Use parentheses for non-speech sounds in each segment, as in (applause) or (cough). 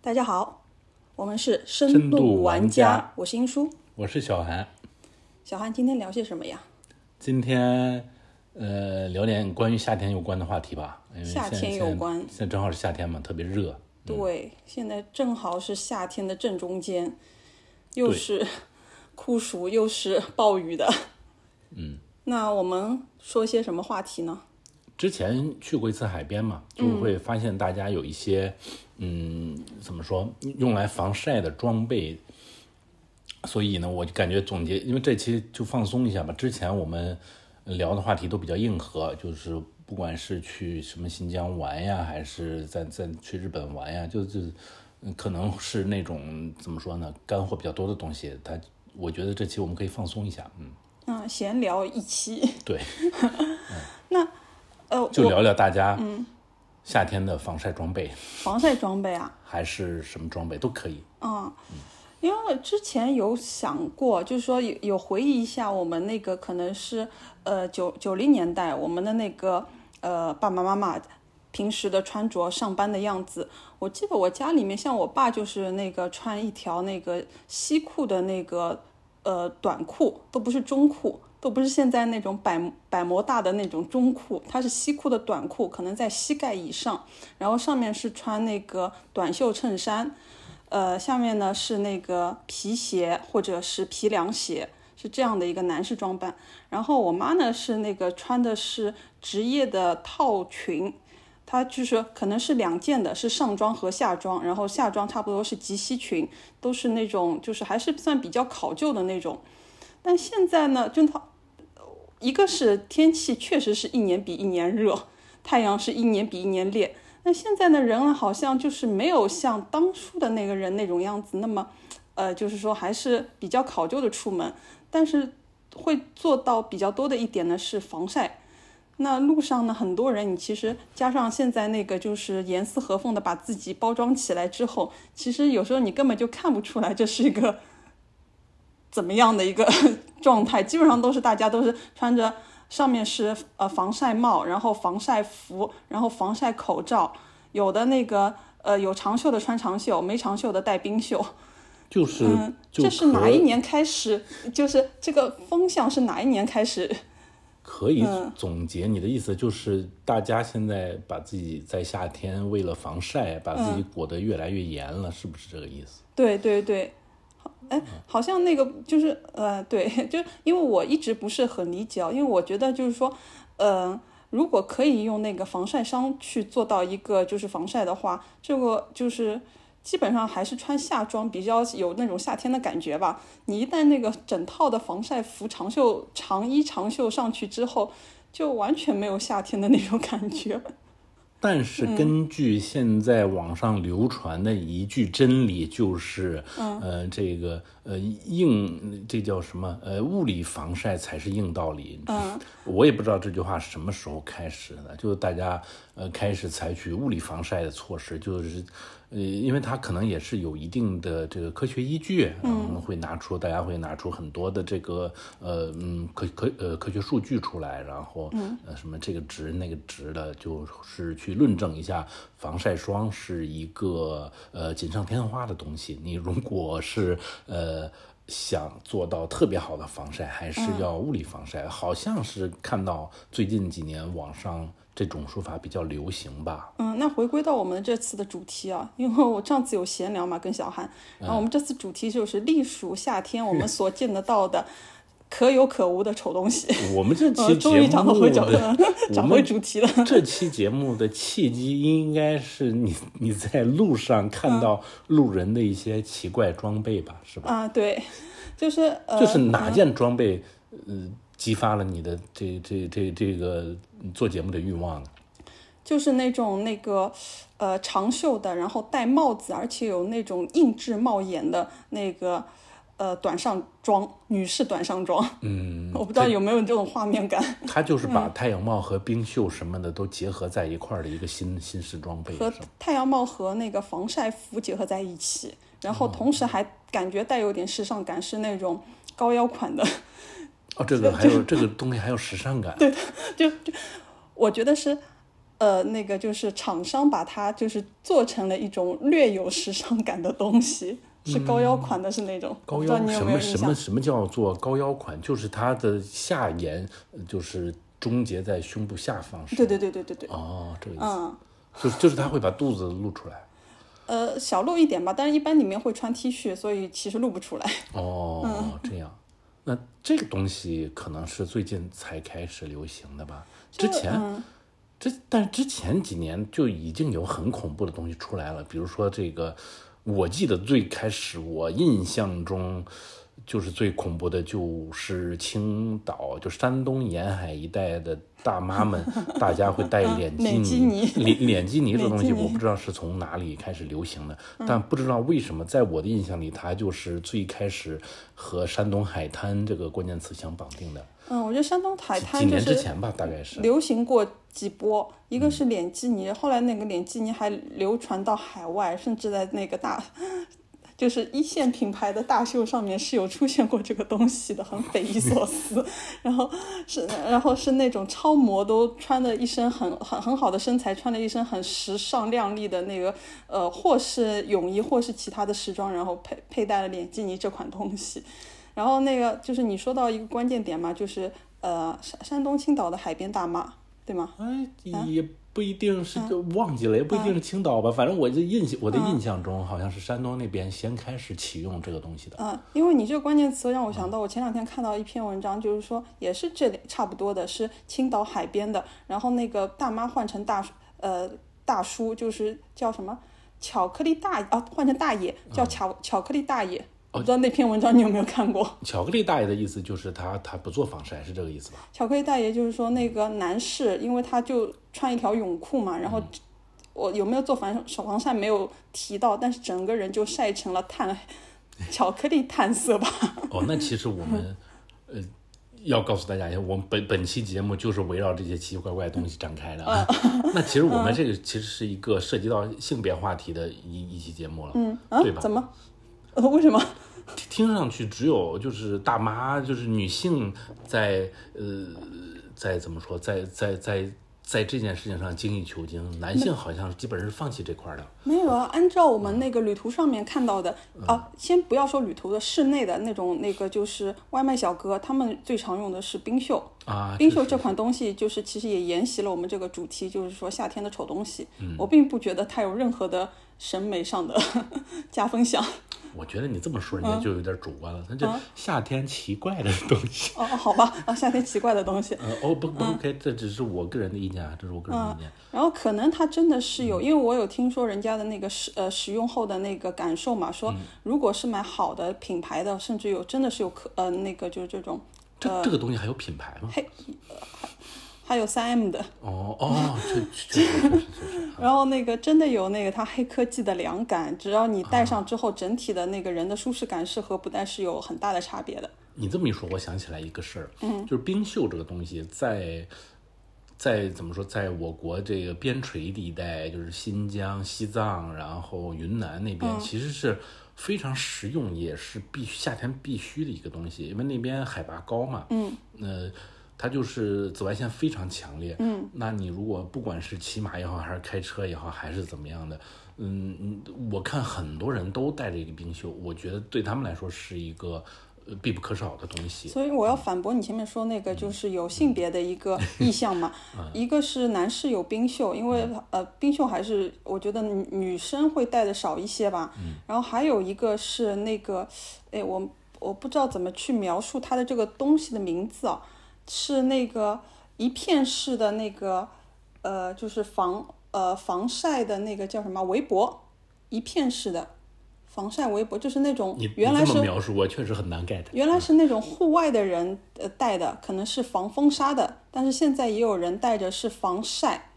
大家好，我们是深深度度玩玩家我是英叔。我是小韩，小韩，今天聊些什么呀？今天呃聊点关于夏天有关的话题吧，因为夏现天现在有关现在正好是夏天嘛，特别热。对，现在正好是夏天的正中间，又对是酷暑又是暴雨的。嗯，那我们说些什么话题呢？之前去过一次海边嘛，就会发现大家有一些嗯怎么说用来防晒的装备，所以呢，我就感觉总结，因为这期就放松一下吧。之前我们聊的话题都比较硬核，就是不管是去什么新疆玩呀，还是在在去日本玩呀，就就嗯可能是那种怎么说呢，干货比较多的东西。它，我觉得这期我们可以放松一下，嗯，嗯，闲聊一期。对，呃，就我聊聊大家夏天的防晒装备，防晒装备啊，还是什么装备都可以。因为之前有想过，就是说有有回忆一下我们那个可能是呃九九零年代我们的那个呃爸爸妈妈平时的穿着上班的样子。我记得我家里面像我爸就是那个穿一条那个西裤的那个呃短裤，都不是中裤。都不是现在那种百百模大的那种中裤，它是西裤的短裤，可能在膝盖以上，然后上面是穿那个短袖衬衫，呃，下面呢是那个皮鞋或者是皮凉鞋，是这样的一个男士装扮。然后我妈呢是那个穿的是职业的套裙，它就是可能是两件的，是上装和下装，然后下装差不多是及膝裙，都是那种就是还是算比较考究的那种。但现在呢，就它一个是天气确实是一年比一年热，太阳是一年比一年烈。那现在的人呢，好像就是没有像当初的那个人那种样子，那么，呃，就是说还是比较考究的出门，但是会做到比较多的一点呢是防晒。那路上呢，很多人你其实加上现在那个就是严丝合缝的把自己包装起来之后，其实有时候你根本就看不出来这是一个怎么样的一个 (laughs) 状态，基本上都是大家都是穿着上面是呃防晒帽，然后防晒服，然后防晒口罩，有的那个呃有长袖的穿长袖，没长袖的戴冰袖。就是，嗯，就这是哪一可年开始？就是这个风向是哪一年开始？可以嗯总结你的意思，就是大家现在把自己在夏天为了防晒，把自己嗯裹得越来越严了，是不是这个意思？对对对，好，哎，好像那个就是呃，对， (laughs) 就因为我一直不是很理解啊，因为我觉得就是说，呃，如果可以用那个防晒霜去做到一个就是防晒的话，这个就是。基本上还是穿夏装比较有那种夏天的感觉吧。你一旦那个整套的防晒服、长袖、长衣、长袖上去之后，就完全没有夏天的那种感觉。但是根据现在网上流传的一句真理，就是，呃，这个呃硬这叫什么？呃，物理防晒才是硬道理。嗯，我也不知道这句话什么时候开始的，就是大家呃开始采取物理防晒的措施，就是。呃，因为它可能也是有一定的这个科学依据，嗯，会拿出大家会拿出很多的这个呃嗯科科呃科学数据出来，然后嗯呃什么这个值那个值的，就是去论证一下防晒霜是一个呃锦上添花的东西。你如果是呃。想做到特别好的防晒，还是嗯要物理防晒。好像是看到最近几年网上这种说法比较流行吧。嗯，那回归到我们这次的主题啊，因为我上次有闲聊嘛，跟小韩，然后我们这次主题就是隶属夏天我们所见得到的可有可无的丑东西。我们这 (laughs) 呃，期嗯节终于目找到回找的， (laughs) 我找们回主题了。 (laughs) 这期节目的契机应该是你 (laughs) 你在路上看到路人的一些奇怪装备吧，是吧？啊，对，就是呃，就是哪件装备，呃，激发了你的这这这这个做节目的欲望啊？就是那种那个呃长袖的，然后戴帽子，而且有那种硬质帽檐的那个呃短上装，女士短上装。嗯，我不知道有没有这种画面感。它就是把太阳帽和冰袖什么的都结合在一块儿的一个新新式装备，和是吧？太阳帽和那个防晒服结合在一起，然嗯后同时还感觉带有点时尚感，是那种高腰款的， (laughs) 哦，这个还有这个东西还有时尚感，就就我觉得是呃，那个就是厂商把它就是做成了一种略有时尚感的东西，是高腰款的，是那种。嗯高我不知道腰你有没什有么印什象么？什么叫做高腰款？就是它的下沿呃就是终结在胸部下方是吗对对对对对对，哦，这个意思，嗯，就是就是它会把肚子露出来。呃，小露一点吧，但是一般里面会穿 T 恤，所以其实露不出来。哦，这样，那这个东西可能是最近才开始流行的吧？之前，嗯之但是之前几年就已经有很恐怖的东西出来了，比如说这个，我记得最开始我印象中。就是最恐怖的，就是青岛，就山东沿海一带的大 (laughs) 妈们，大家会戴脸基脸啊基尼尼，脸脸基尼哦这脸东基西，我尼嗯不知道是从哪里开始流行的，但不知道为什么，在我的印象里，它就是最开始和山东海滩这个关键词相绑定的，嗯，我觉得山东海几滩几就年之是前吧，大概是。流行过几波，一个是脸基尼，后来那个脸基尼还流传到海外，甚至在那个大。就是一线品牌的大秀上面是有出现过这个东西的，很匪夷所思。 (laughs) 然后是，然后是那种超模都穿的一身很很很好的身材，穿了一身很时尚靓丽的那个呃，或是泳衣，或是其他的时装，然后佩佩戴了脸基尼这款东西。然后那个就是你说到一个关键点嘛，就是呃山山东青岛的海边大妈，对吗？哎，啊也不一定是就忘记了，也不一定是青岛吧，反正我这印象，我啊的印象中好像是山东那边先开始启用这个东西的。嗯，因为你这个关键词让我想到，我前两天看到一篇文章，就是说也是这里差不多的，是青岛海边的，然后那个大妈换成大叔，呃大叔，就是叫什么巧克力大啊，换成大爷叫巧、巧克力大爷。我不知道那篇文章你有没有看过？巧克力大爷的意思就是他他不做防晒，是这个意思吧？巧克力大爷就是说那个男士，因为他就穿一条泳裤嘛，然后我有没有做防手防晒没有提到，但是整个人就晒成了炭 (laughs) 巧克力炭色吧。 (laughs) 哦，那其实我们，呃，要告诉大家一下，我们本本期节目就是围绕这些奇奇怪怪的东西展开的啊。嗯 (laughs) 那其实我们这个其实是一个涉及到性别话题的一一期节目了，嗯，啊对吧？？怎么？呃，为什么？听上去只有就是大妈，就是女性在呃在怎么说，在在在在这件事情上精益求精，男性好像基本上是放弃这块儿的。没有啊，按照我们那个旅途上面看到的、嗯啊，先不要说旅途的，室内的那种那个就是外卖小哥，他们最常用的是冰袖啊冰是袖是这款东西就是其实也沿袭了我们这个主题，就是说夏天的丑东西。嗯我并不觉得它有任何的 (laughs) 审美上的加分项。我觉得你这么嗯说，人家就有点主观了。那、就夏天奇怪的东西，哦，哦好吧，啊，夏天奇怪的东西。呃，哦不不，OK，这只是我个人的意见啊，这是我个人的意见。然后可能它真的是嗯有，因为我有听说人家的那个使呃使用后的那个感受嘛，嗯说如果是买好的品牌的，甚至有真的是有可呃那个就是这种这、这个东西还有品牌吗？嘿，呃还还有三 M 的，哦哦，这确实确实 (laughs) 确实。然后那个真的有那个它黑科技的凉感，只要你戴上之后，整体的那个人的舒适感是和不戴是有很大的差别的。你这么一说，我想起来一个事儿，嗯，就是冰袖这个东西在，在怎么说，在我国这个边陲地带，就是新疆、西藏，然后云南那嗯边，其实是非常实用，也是必须夏天必须的一个东西，因为那边海拔高嘛，嗯，呃。它就是紫外线非常强烈，嗯，那你如果不管是骑马也好，还是开车也好，还是怎么样的，嗯，嗯我看很多人都带着一个冰袖，我觉得对他们来说是一个呃必不可少的东西。嗯所以我要反驳你前面说那个，就是有性别的一 (laughs) 个意向嘛，一个是男士有冰袖，因嗯为呃冰袖还是我觉得女女生会戴的少一些吧，嗯然后还有一个是那个，哎我我不知道怎么去描述它的这个东西的名字啊，是那个一片式的那个呃就是防呃防晒的那个叫什么围脖，一片式的防晒围脖，就是那种你你原来这是么描述，我确实很难 get。原来是那种户外的人呃戴的，可能是防风沙的，但是现在也有人戴着是防晒。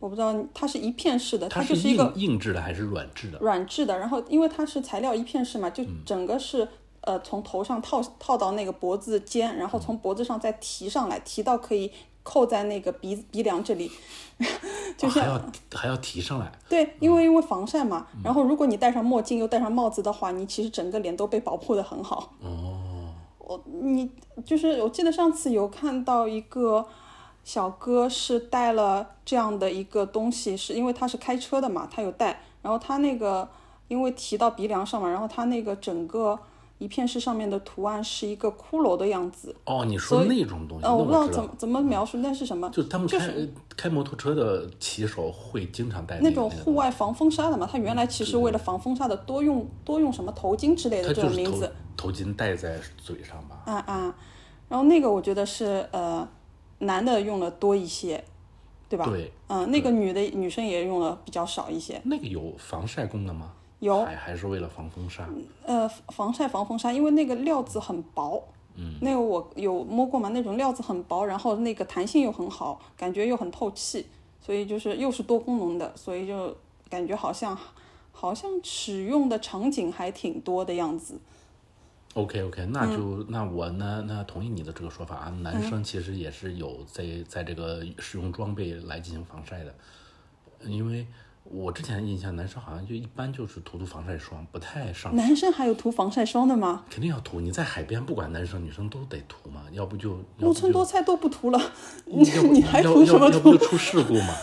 我不知道它是一片式的，它是就是硬一个硬质的还是软质的？软质的，然后因为它是材料一片式嘛，就整个是、呃从头上套套到那个脖子尖，然后从脖子上再提上来，提到可以扣在那个鼻鼻梁这里， (laughs) 就啊是还要还要提上来。对，因为因为防晒嘛，然后如果你戴上墨镜又戴上帽子的话，你其实整个脸都被保护的很好。哦，我你就是我记得上次有看到一个小哥是带了这样的一个东西，是因为他是开车的嘛，他有带，然后他那个因为提到鼻梁上嘛，然后他那个整个一片式上面的图案是一个骷髅的样子，哦，你说那种东西，呃，那我不知道知怎么怎么描述，那是什么？就他们就开、是开摩托车的骑手会经常带那哎个种个户外防风沙的嘛，它原来其实为了防风沙的，多用多用什么头巾之类他的这就种是名头字，头巾戴在嘴上吧？啊啊。然后那个我觉得是呃，男的用的多一些，对吧？对，嗯、那个女的女生也用的比较少一些。那个有防晒功能吗？有还还是为了防风沙？呃，防晒防风沙，因为那个料子很薄，嗯，那个我有摸过嘛，那种料子很薄，然后那个弹性又很好，感觉又很透气，所以就是又是多功能的，所以就感觉好像好像使用的场景还挺多的样子。 OK OK，那嗯就、那我呢，那同意你的这个说法啊。男生其实也是有在在这个使用装备来进行防晒的，因为我之前印象，男生好像就一般就是涂涂防晒霜，不太上。男生还有涂防晒霜的吗？肯定要涂，你在海边不管男生女生都得涂嘛，要不就木村多菜都不涂了，你要不你还要涂什么要不涂就？出事故嘛。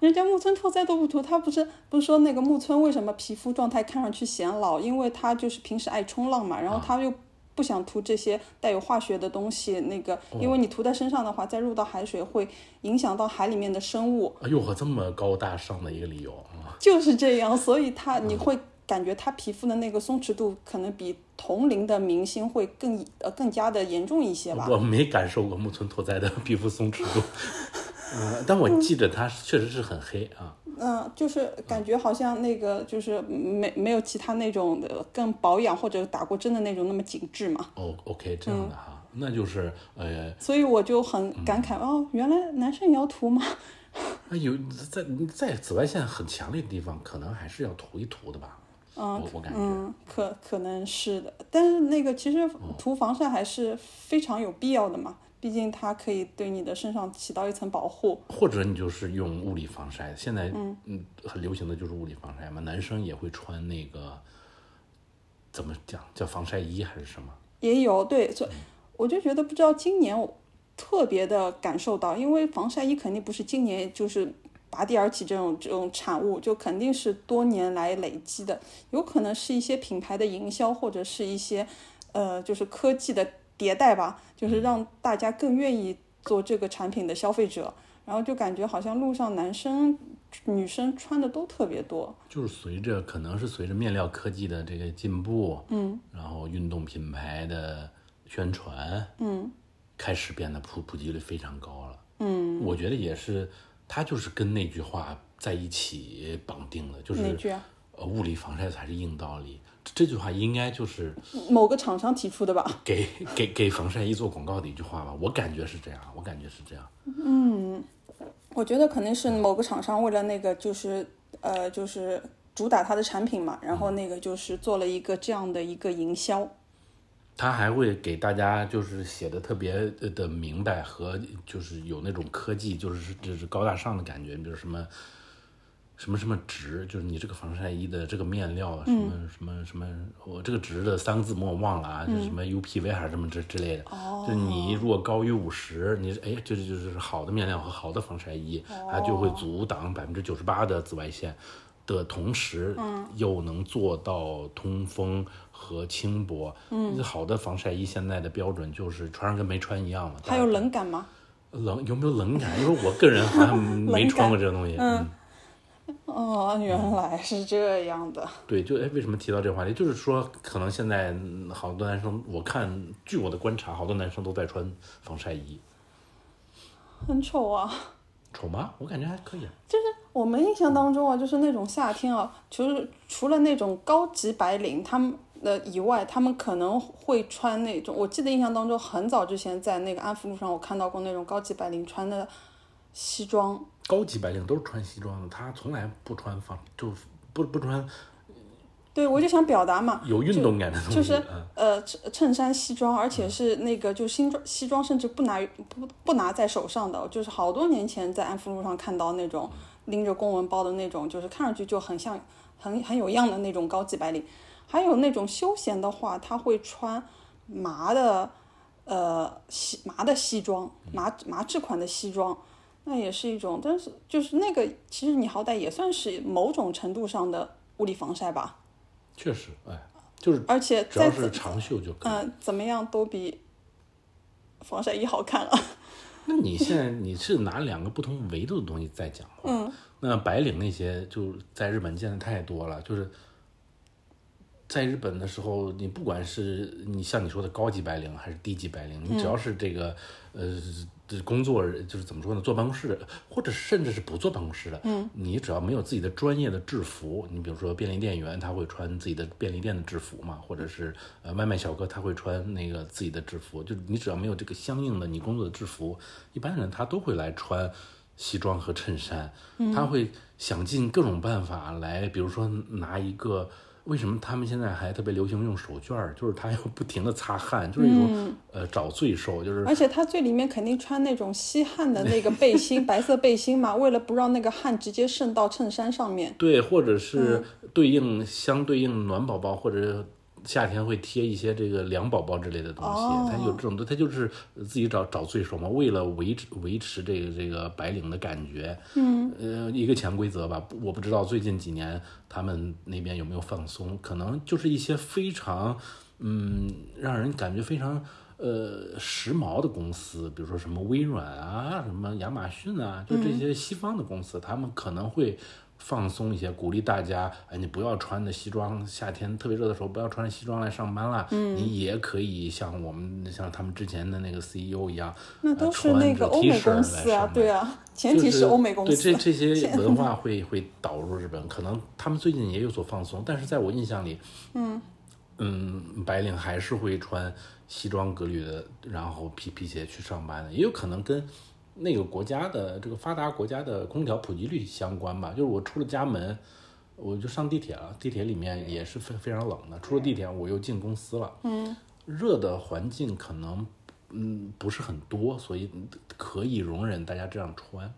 人家木村拓哉都不涂，他不是不是说那个木村为什么皮肤状态看上去显老？因为他就是平时爱冲浪嘛，然后他又不想涂这些带有化学的东西，那个因为你涂在身上的话，再入到海水会影响到海里面的生物，哎呦呵，这么高大上的一个理由啊！就是这样，所以他你会感觉他皮肤的那个松弛度可能比同龄的明星会更呃更加的严重一些吧。我没感受过木村拓哉的皮肤松弛度， (laughs) 呃，但我记得他确实是很黑啊。嗯，就是感觉好像那个就是没没有其他那种的更保养或者打过针的那种那么紧致嘛，哦，OK，这样的哈，那就是呃，所以我就很感慨、哦，原来男生也要涂吗？ (laughs) 那有在在紫外线很强烈的地方，可能还是要涂一涂的吧。我我感觉，嗯，可可能是的，但是那个其实涂防晒还是非常有必要的嘛，毕竟它可以对你的身上起到一层保护。或者你就是用物理防晒，现在嗯很流行的就是物理防晒嘛，男生也会穿那个怎么讲叫防晒衣还是什么？也有对，所以我就觉得不知道今年我特别的感受到，因为防晒衣肯定不是今年就是拔地而起这种这种产物，就肯定是多年来累积的，有可能是一些品牌的营销或者是一些呃就是科技的迭代吧，就是让大家更愿意做这个产品的消费者，然后就感觉好像路上男生女生穿的都特别多，就是随着可能是随着面料科技的这个进步，嗯，然后运动品牌的宣传，嗯，开始变得普普及率非常高了，嗯，我觉得也是，它就是跟那句话在一起绑定的，就是哪句啊呃，物理防晒才是硬道理。这句话应该就是某个厂商提出的吧？给 (laughs) 给给防晒衣做广告的一句话吧，我感觉是这样，我感觉是这样。我觉得肯定是某个厂商为了那个就是呃就是主打它的产品嘛，然后那个就是做了一个这样的一个营销。他还会给大家就是写的特别呃的明白和就是有那种科技就是就是高大上的感觉，比如什么什么什么值，就是你这个防晒衣的这个面料啊什么、什么什么，我这个值的三个字母我忘了啊，就是什么 UPV 还是什么之之类的。哦，就你如果高于五十，你哎，这这就是好的面料和好的防晒衣，它就会阻挡百分之九十八的紫外线。的同时，又能做到通风和轻薄。嗯，好的防晒衣现在的标准就是穿上跟没穿一样了。它有冷感吗？冷有没有冷感？因 (laughs) 为我个人好像 (laughs) 没穿过这个东西。嗯，哦，原来是这样的。对，就哎，为什么提到这个话题？就是说，可能现在嗯好多男生，我看据我的观察，好多男生都在穿防晒衣，很丑啊！丑吗？我感觉还可以啊。就是我们印象当中啊，就是那种夏天啊，就是除了那种高级白领他们的以外，他们可能会穿那种，我记得印象当中很早之前在那个安福路上，我看到过那种高级白领穿的西装，高级白领都是穿西装的，他从来不穿防，就不不穿对，我就想表达嘛，有运动 (laughs) 感的东西。就是嗯呃衬衬衫、西装，而且是那个就新装西装，甚至不拿不不拿在手上的，就是好多年前在安福路上看到那种拎着公文包的那种，就是看上去就很像很很有样的那种高级白领，还有那种休闲的话，他会穿麻的。呃西麻的西装，麻麻质款的西装，那也是一种，但是就是那个其实你好歹也算是某种程度上的物理防晒吧，确实，哎，就是而且只要再是怎长袖就可以。嗯、怎么样都比防晒衣好看啊了。那你现在你是拿两个不同维度的东西在讲话，嗯，那白领那些就在日本见的太多了，就是在日本的时候，你不管是你像你说的高级白领还是低级白领，你只要是这个呃这工作人就是怎么说呢，坐办公室的或者甚至是不坐办公室的，嗯，你只要没有自己的专业的制服，你比如说便利店员他会穿自己的便利店的制服嘛，或者是呃外卖小哥他会穿那个自己的制服，就你只要没有这个相应的你工作的制服，一般人他都会来穿。西装和衬衫，他会想尽各种办法来，比如说拿一个，为什么他们现在还特别流行用手绢儿？就是他要不停的擦汗，就是一种、呃找罪受，就是 (laughs) 而且它最里面肯定穿那种吸汗的那个背心，白色背心嘛，为了不让那个汗直接渗到衬衫上面。对，或者是对应、相对应暖宝宝，或者夏天会贴一些这个凉宝宝之类的东西。它有这种，它就是自己找找罪受嘛，为了维持维持这个这个白领的感觉，嗯，呃，一个潜规则吧。不我不知道最近几年他们那边有没有放松，可能就是一些非常嗯让人感觉非常。呃，时髦的公司，比如说什么微软啊，什么亚马逊啊，就这些西方的公司，他们可能会放松一些，鼓励大家，哎，你不要穿着西装，夏天特别热的时候不要穿着西装来上班啦。嗯，你也可以像我们像他们之前的那个 CEO 一样，那呃都是穿那着个欧 T 美恤公来司上啊班，对啊，前提就是欧美公司。对这这些文化会会导入日本，可能他们最近也有所放松，但是在我印象里，嗯嗯，白领还是会穿西装革履的，然后皮皮鞋去上班的，也有可能跟那个国家的这个发达国家的空调普及率相关吧。就是我出了家门，我就上地铁了，地铁里面也是非非常冷的，出了地铁我又进公司了，嗯，热的环境可能。嗯，不是很多，所以可以容忍大家这样穿。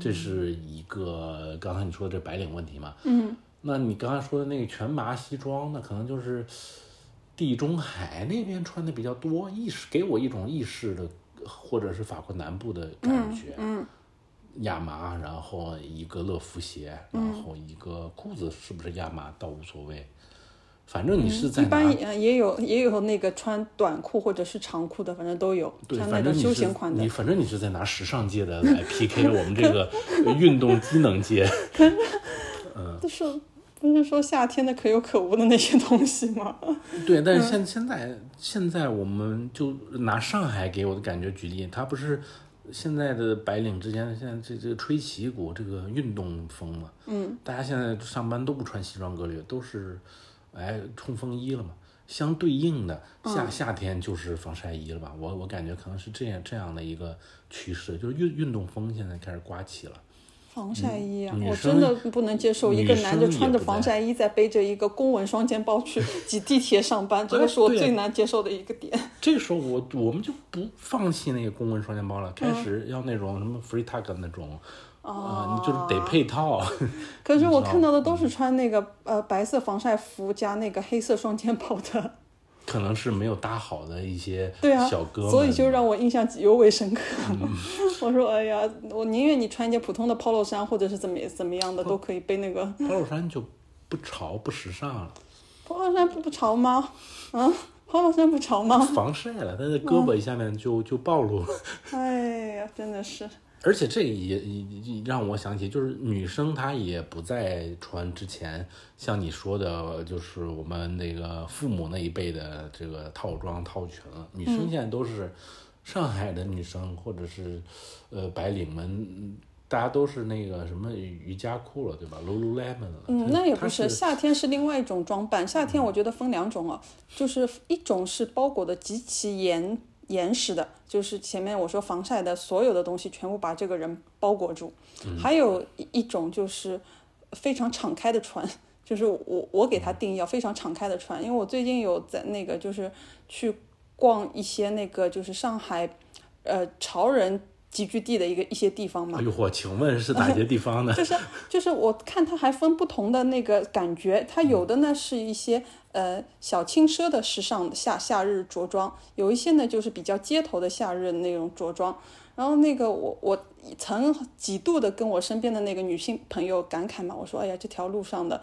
这是一个刚才你说的这白领问题嘛？嗯，那你刚才说的那个全麻西装，那可能就是地中海那边穿的比较多，意式给我一种意式的或者是法国南部的感觉。嗯，亚麻，然后一个乐福鞋，然后一个裤子是不是亚麻倒无所谓，反正你是在一拿般也呃也有也有那个穿短裤或者是长裤的，反正都有对，穿那反种正你休是闲款的你。反正你是在拿时尚界的 (laughs) 来 PK 我们这个运动机能界。就是不是说夏天的可有可无的那些东西吗？ (laughs) 对，但是现现在现在我们就拿上海给我的感觉举例，它不是现在的白领之间现在这这个吹起一股这个运动风嘛，嗯，大家现在上班都不穿西装革履，都是哎冲锋衣了嘛。相对应的夏夏天就是防晒衣了吧？我我感觉可能是这样这样的一个趋势，就是运运动风现在开始刮起了。防晒衣啊，嗯女我真生的不能接受一个女男的生也穿着不防戴晒衣，再背着一个公文双肩包 (laughs) 去挤地铁上班，这个是我哎对最难接受的一个点。这时候我我们就不放弃那个公文双肩包了，开嗯始要那种什么 free tag 那种，哦啊，你就是得配套。 (laughs) 可是我看到嗯的都是穿那个呃白色防晒服加那个黑色双肩包的，可能是没有搭好的一些对啊，小哥们，嗯所以就让我印象尤为深刻。 (laughs) 我说哎呀，我宁愿你穿一件普通的 polo 衫或者是怎么怎么样的，都可以背那个高露山就不潮不时尚了， polo 衫不不潮吗？啊，polo 衫不潮吗？ (laughs) 防晒了，但是胳膊一下面就就暴露了。哎呀，真的是，而且这也也也让我想起，就是女生她也不再穿之前像你说的，就是我们那个父母那一辈的这个套装套裙了。女生嗯现在都是上海的女生，或者是呃白领们，嗯大家都是那个什么瑜伽裤了，对吧？Lululemon 了。嗯，那也它不是，夏天是另外一种装扮。夏天我觉得分两种啊，就是一种是包裹的极其严严实的，就是前面我说防晒的所有的东西全部把这个人包裹住；还有一一种就是非常敞开的穿。 (laughs) 就是我我给它定义要啊非常敞开的穿，因为我最近有在那个就是去逛一些那个就是上海，呃潮人集聚地的一个一些地方嘛哎。呦嚯，请问是哪些地方呢？ (laughs) 就是就是我看它还分不同的那个感觉，它有的呢是一些呃小轻奢的时尚夏夏日着装，有一些呢就是比较街头的夏日那种着装。然后那个我我曾几度的跟我身边的那个女性朋友感慨嘛，我说哎呀这条路上的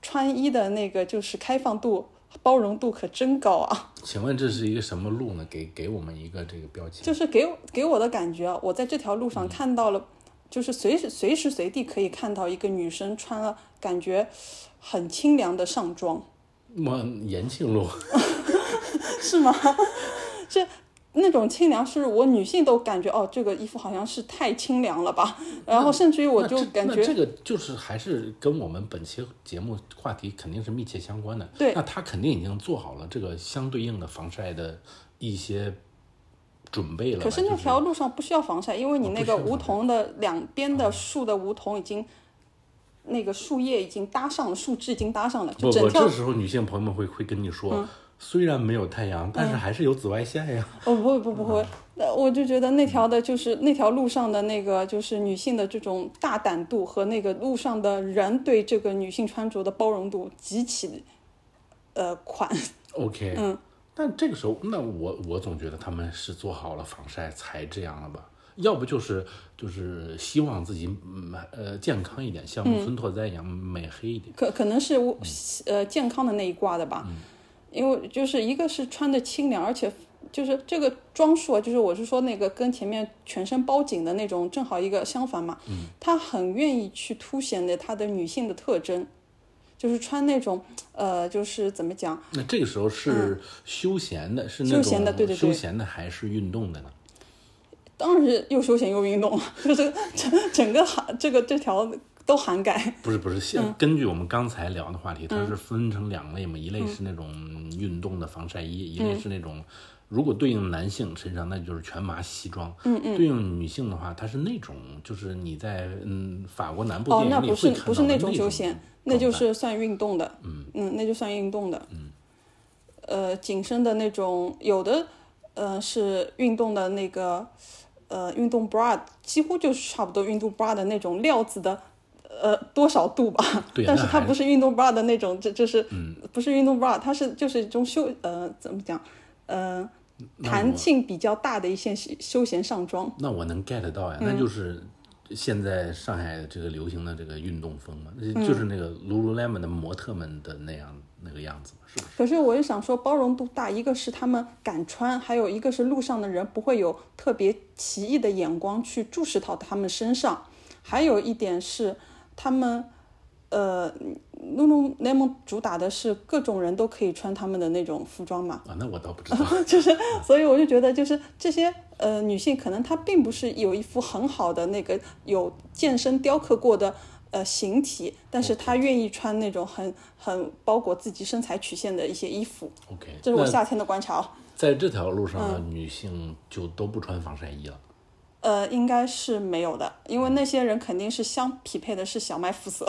穿衣的那个就是开放度包容度可真高啊。请问这是一个什么路呢？给给我们一个这个标签。就是给我给我的感觉啊，我在这条路嗯上看到了，就是随时随时随地可以看到一个女生穿了感觉很清凉的上装， (laughs) 我延庆路，是吗？ (laughs) 这那种清凉是我女性都感觉哦，这个衣服好像是太清凉了吧，然后甚至于我嗯那就这感那觉这个就是还是跟我们本期节目话题肯定是密切相关的。对那他肯定已经做好了这个相对应的防晒的一些准备了吧。可是那就是哦条路上不需要防晒，因为你那个梧桐的两边的树的梧桐已经，那个树叶已经搭上了，树枝已经搭上了，就不整不，条嗯这时候女性朋友们会会跟你说，虽然没有太阳，但是还是有紫外线 (laughs) 呀。哦，不会，不不会，呃，我就觉得那条的就是那条路上的那个就是女性的这种大胆度和那个路上的人对这个女性穿着的包容度极其，呃，宽。 OK，但嗯这个时候，那我我总觉得他们是做好了防晒才这样了吧？要不就是就是希望自己嗯呃健康一点，像嗯木村拓哉一样美黑一点。可可能是我呃健康的那一挂的吧，因为就是一个是穿的清凉，而且就是这个装束啊，就是我是说那个跟前面全身包紧的那种正好一个相反嘛，她很愿意去凸显的她的女性的特征，就是穿那种呃就是怎么讲。那这个时候是休闲的，是嗯那休种闲的对对对休闲的还是运动的呢？当然是又休闲又运动 (laughs) 了，就是整整个涵这个这条都涵盖。不是不是，嗯现根据我们刚才聊的话题，它是分成两类嘛，一类嗯是那种运动的防晒衣，一类是那种如果对应男性身上那就是全麻西装，嗯嗯，对应女性的话，它是那种就是你在嗯法国南部哦电，那影里不会是看到不是的那种休闲，那就是算运动的。嗯那就算运动的。嗯，呃，紧身的那种，有的呃是运动的那个呃运动 bra，几乎就是差不多运动 bra 的那种料子的。呃，多少度吧？对 (laughs) 但是那它还嗯不是运动 bra 的那种，这这是、不是运动 bra？它是就是一种休呃怎么讲呃那弹我性比较大的一些休休闲上装。那我能 get 到嗯呀，那就是现在上海这个流行的这个运动风嘛，嗯就是那个 lululemon 的模特们的那样那个样子嘛，是不是？可是我就想说，包容度大，一个是他们敢穿，还有一个是路上的人不会有特别奇异的眼光去注视到他们身上，还有一点是他们，呃，lululemon 主打的是各种人都可以穿他们的那种服装嘛，啊，那我倒 (laughs) 不知道。就是，所以我就觉得，就是这些呃女性，可能她并不是有一副很好的那个有健身雕刻过的呃形体，但是她愿意穿那种很很包裹自己身材曲线的一些衣服， OK，这是我嗯那夏天的观察哦。在这条路上呢，女性就都不穿防晒衣了。呃，应该是没有的，因为那些人肯定是相匹配的是小麦肤色，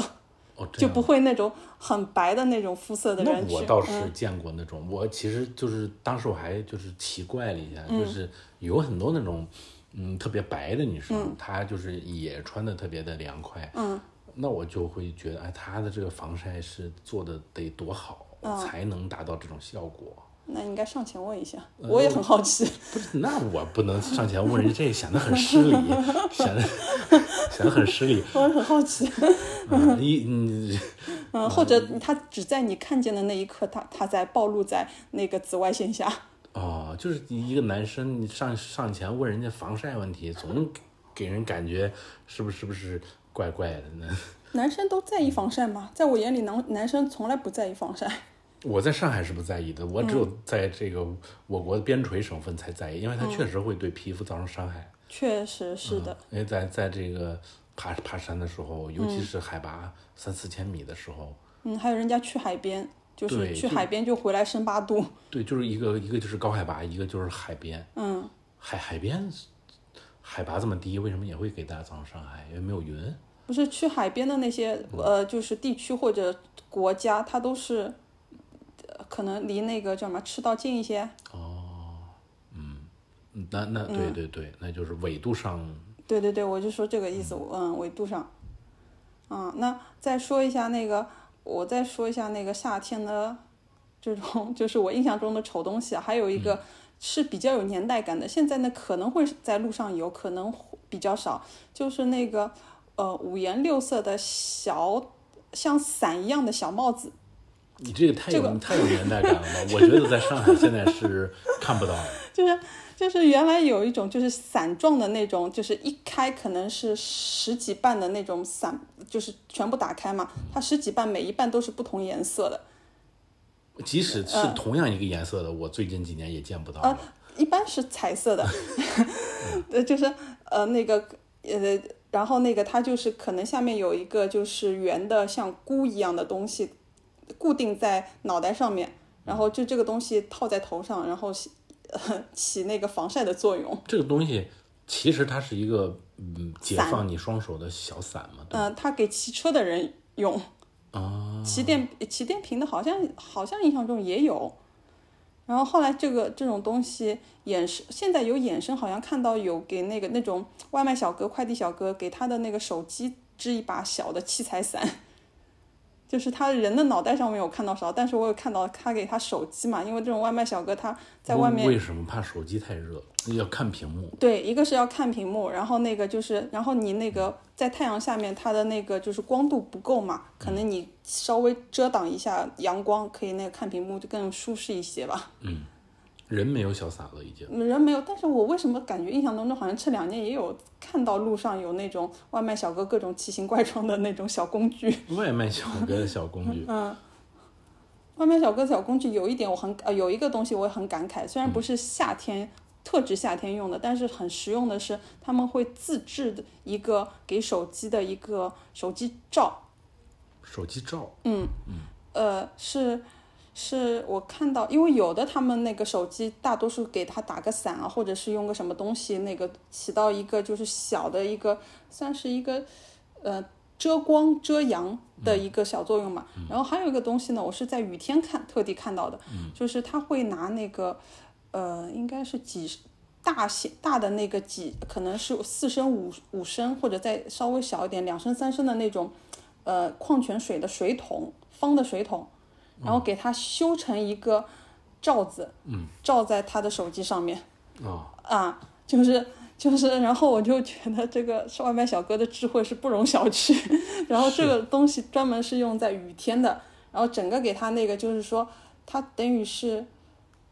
哦，这就样不会那种很白的那种肤色的那人去。嗯我倒是见过那种，我其实就是当时我还就是奇怪了一下，嗯就是有很多那种嗯特别白的女生，嗯她就是也穿的特别的凉快，嗯，那我就会觉得哎，她的这个防晒是做的得多好，嗯才能达到这种效果。那应该上前问一下，呃我也很好 (laughs) 奇。不是，那我不能上前问人家，这显得很失礼， (laughs) 显得显得很失礼。 (laughs) 我很好奇，啊，一你呃嗯，或者他只在你看见的那一刻，他他在暴露在那个紫外线下。哦，就是一个男生，你上上前问人家防晒问题，总给人感觉是不是是不是怪怪的呢？ (laughs) 男生都在意防晒吗？在我眼里，男男生从来不在意防晒。 (laughs) 我在上海是不在意的，我只有在这个我国边陲省份才在意，因为它确实会对皮肤造成伤害。确实是的，因为在在这个爬爬山的时候，尤其是海拔三四千米的时候，嗯，还有人家去海边，就是对去就海边就回来升八度，对，就是一个一个就是高海拔，一个就是海边。嗯，海海边海拔这么低，为什么也会给大家造成伤害？因为没有云。不是去海边的那些呃，就是地区或者国家，它都是。呃可能离那个叫什么赤道近一些，嗯，那那对对对，那就是纬度上，对对对，我就说这个意思，嗯，纬度上，啊，那再说一下那个，我再说一下那个夏天的这种， (laughs) 就是我印象中的丑东西啊，还有一个是比较有年代感的，现在呢可能会在路上有，可能比较少，就是那个呃五颜六色的小像伞一样的小帽子，你这个太有、太有年代感了吧？我觉得在上海现在是看不到的。就是啊就是原来有一种就是伞状的那种，就是一开可能是十几瓣的那种伞，就是全部打开嘛，它十几瓣每一瓣都是不同颜色的，即使是嗯同样一个颜色的，我最近几年也见不到了。一般是彩色的， (laughs) 呃，就是呃那个呃，然后那个它就是可能下面有一个就是圆的像箍一样的东西固定在脑袋上面，然后就这个东西套在头上，然后起、呃、 (laughs) 起那个防晒的作用。这个东西其实它是一个嗯，解伞放你双手的小伞嘛，对吧嗯、它给骑车的人用，啊，骑电骑电瓶的好像好像印象中也有。然后后来这个这种东西衍生，现在有衍生，好像看到有给那个那种外卖小哥、快递小哥给他的那个手机支一把小的七彩伞，就是他人的脑袋上面有看到啥，但是我有看到他给他手机嘛，因为这种外卖小哥他在外面为什么怕手机太热？要看屏幕。对，一个是要看屏幕，然后那个就是，然后你那个在太阳下面，它的那个就是光度不够嘛，可能你稍微遮挡一下阳光，可以那个看屏幕就更舒适一些吧。嗯人没有小伞了，已经。人没有，但是我为什么感觉印象当中好像这两年也有看到路上有那种外卖小哥各种奇形怪状的那种小工具。外卖小哥的小工嗯具，外卖小哥小工具有一点我很呃有一个东西我也很感慨，虽然不是夏天、特指夏天用的，但是很实用的是他们会自制的一个给手机的一个手机罩，手机罩，呃是。是我看到，因为有的他们那个手机，大多数给它打个伞啊，或者是用个什么东西，那个起到一个就是小的一个，算是一个呃遮光遮阳的一个小作用嘛。然后还有一个东西呢，我是在雨天看特地看到的，就是他会拿那个呃，应该是几十大些大的那个几，可能是四升五五升或者再稍微小一点两升三升的那种呃矿泉水的水桶，方的水桶，然后给它修成一个罩子，嗯，罩在他的手机上面。啊，啊，就是就是，然后我就觉得这个是外卖小哥的智慧是不容小觑。然后这个东西专门是用在雨天的，然后整个给他那个就是说，它等于是，